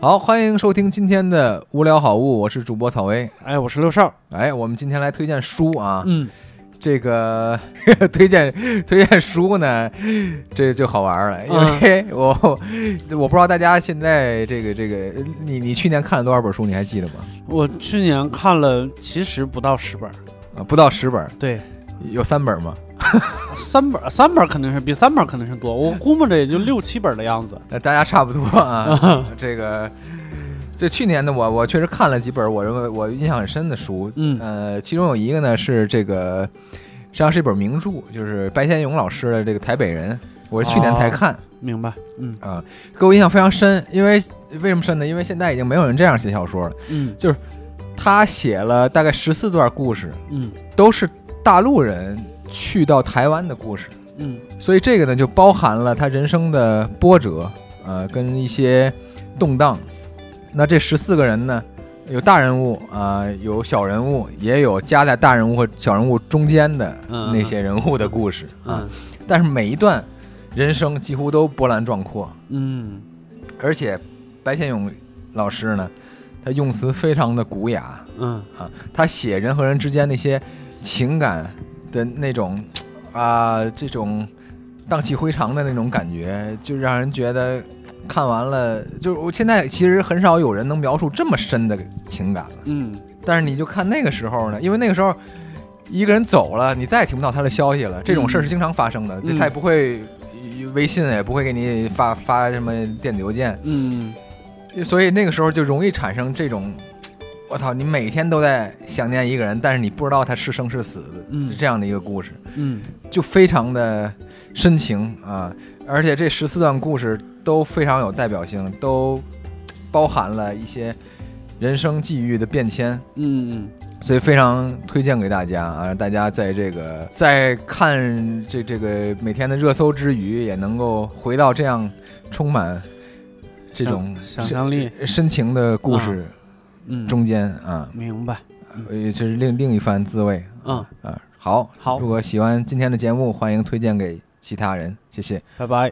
好，欢迎收听今天的无聊好物，我是主播草薇。哎，我是六少。哎，我们今天来推荐书啊，嗯，这个 推荐推荐书呢，这就好玩了，因为我、我不知道大家现在这个这个，你你去年看了多少本书，你还记得吗？我去年看了，其实不到十本儿，啊，不到十本，对，有三本吗？三本儿，三本儿肯定是比三本儿肯定是多，我估摸着也就六七本儿的样子。呃，大家差不多啊。这个，这去年的我，我确实看了几本我认为我印象很深的书。嗯呃，其中有一个呢是这个，实际上是一本名著，就是白先勇老师的这个《台北人》，我是去年才看明白？嗯啊、给我印象非常深。因为为什么深呢？因为现在已经没有人这样写小说了。嗯他写了大概十四段故事，嗯都是大陆人去到台湾的故事。嗯所以这个呢，就包含了他人生的波折，呃，跟一些动荡。那这十四个人呢，有大人物啊、有小人物，也有夹在大人物和小人物中间的嗯那些人物的故事啊、嗯但是每一段人生几乎都波澜壮阔，嗯而且白先勇老师呢，他用词非常的古雅，嗯啊，他写人和人之间那些情感的那种啊、这种荡气回肠的那种感觉，就让人觉得看完了，就是我现在其实很少有人能描述这么深的情感了。嗯但是你就看那个时候呢，因为那个时候一个人走了，你再也听不到他的消息了，这种事儿是经常发生的，就他也不会。微信也不会给你发发什么电子邮件，嗯所以那个时候就容易产生这种，我操，你每天都在想念一个人，但是你不知道他是生是死，嗯是这样的一个故事，嗯就非常的深情啊！而且这十四段故事都非常有代表性，都包含了一些人生际遇的变迁。嗯所以非常推荐给大家啊！大家在这个在看这这个每天的热搜之余，也能够回到这样充满这种想想象力深情的故事嗯，中间啊，明白？呃，这是另另一番滋味嗯，啊。好，好如果喜欢今天的节目，欢迎推荐给其他人，谢谢。拜拜。